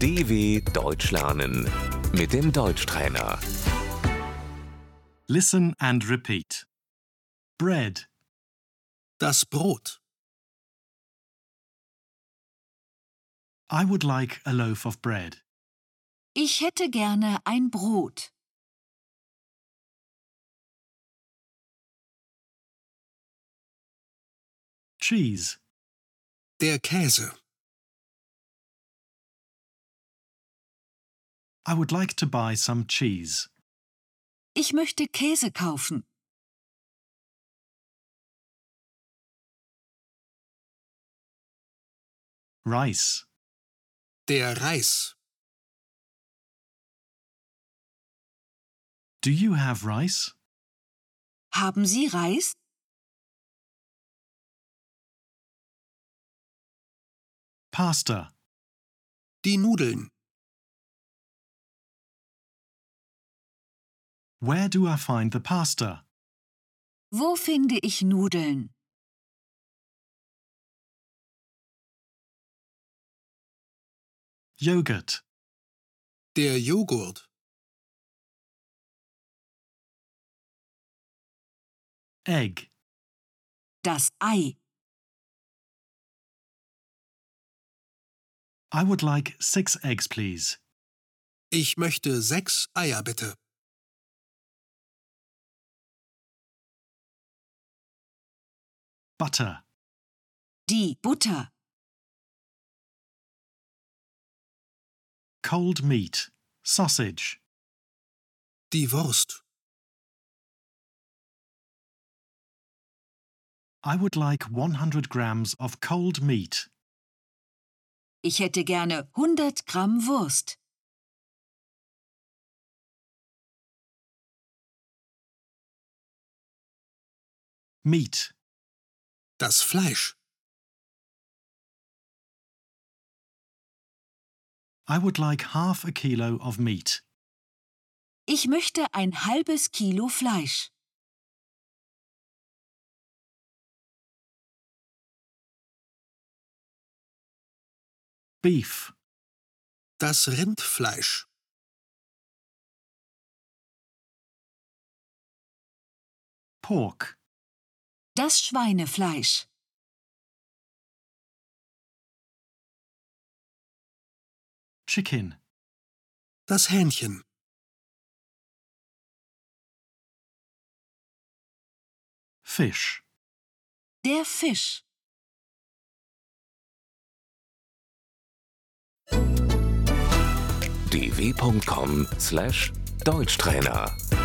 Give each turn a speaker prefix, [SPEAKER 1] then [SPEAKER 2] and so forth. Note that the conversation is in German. [SPEAKER 1] DW Deutsch lernen mit dem Deutschtrainer.
[SPEAKER 2] Listen and repeat. Bread,
[SPEAKER 3] Das Brot.
[SPEAKER 2] I would like a loaf of bread.
[SPEAKER 4] Ich hätte gerne ein Brot.
[SPEAKER 2] Cheese,
[SPEAKER 3] Der Käse.
[SPEAKER 2] I would like to buy some cheese.
[SPEAKER 4] Ich möchte Käse kaufen.
[SPEAKER 2] Rice,
[SPEAKER 3] Der Reis.
[SPEAKER 2] do you have rice?
[SPEAKER 4] Haben Sie Reis?
[SPEAKER 2] Pasta,
[SPEAKER 3] Die Nudeln.
[SPEAKER 2] where do I find the pasta?
[SPEAKER 4] Wo finde ich Nudeln?
[SPEAKER 2] Yogurt,
[SPEAKER 3] Der Joghurt.
[SPEAKER 2] egg,
[SPEAKER 4] Das Ei.
[SPEAKER 2] I would like six eggs, please.
[SPEAKER 3] Ich möchte sechs Eier bitte.
[SPEAKER 2] Butter,
[SPEAKER 4] Die Butter.
[SPEAKER 2] cold meat, sausage,
[SPEAKER 3] Die Wurst.
[SPEAKER 2] I would like 100 grams of cold meat.
[SPEAKER 4] Ich hätte gerne 100 Gramm Wurst.
[SPEAKER 2] Meat,
[SPEAKER 3] Das Fleisch.
[SPEAKER 2] I would like half a kilo of meat.
[SPEAKER 4] Ich möchte ein halbes Kilo Fleisch.
[SPEAKER 2] Beef,
[SPEAKER 3] Das Rindfleisch.
[SPEAKER 2] pork,
[SPEAKER 4] Das Schweinefleisch.
[SPEAKER 2] chicken,
[SPEAKER 3] Das Hähnchen.
[SPEAKER 2] fish.
[SPEAKER 4] Der Fisch.
[SPEAKER 1] dw.com/deutschtrainer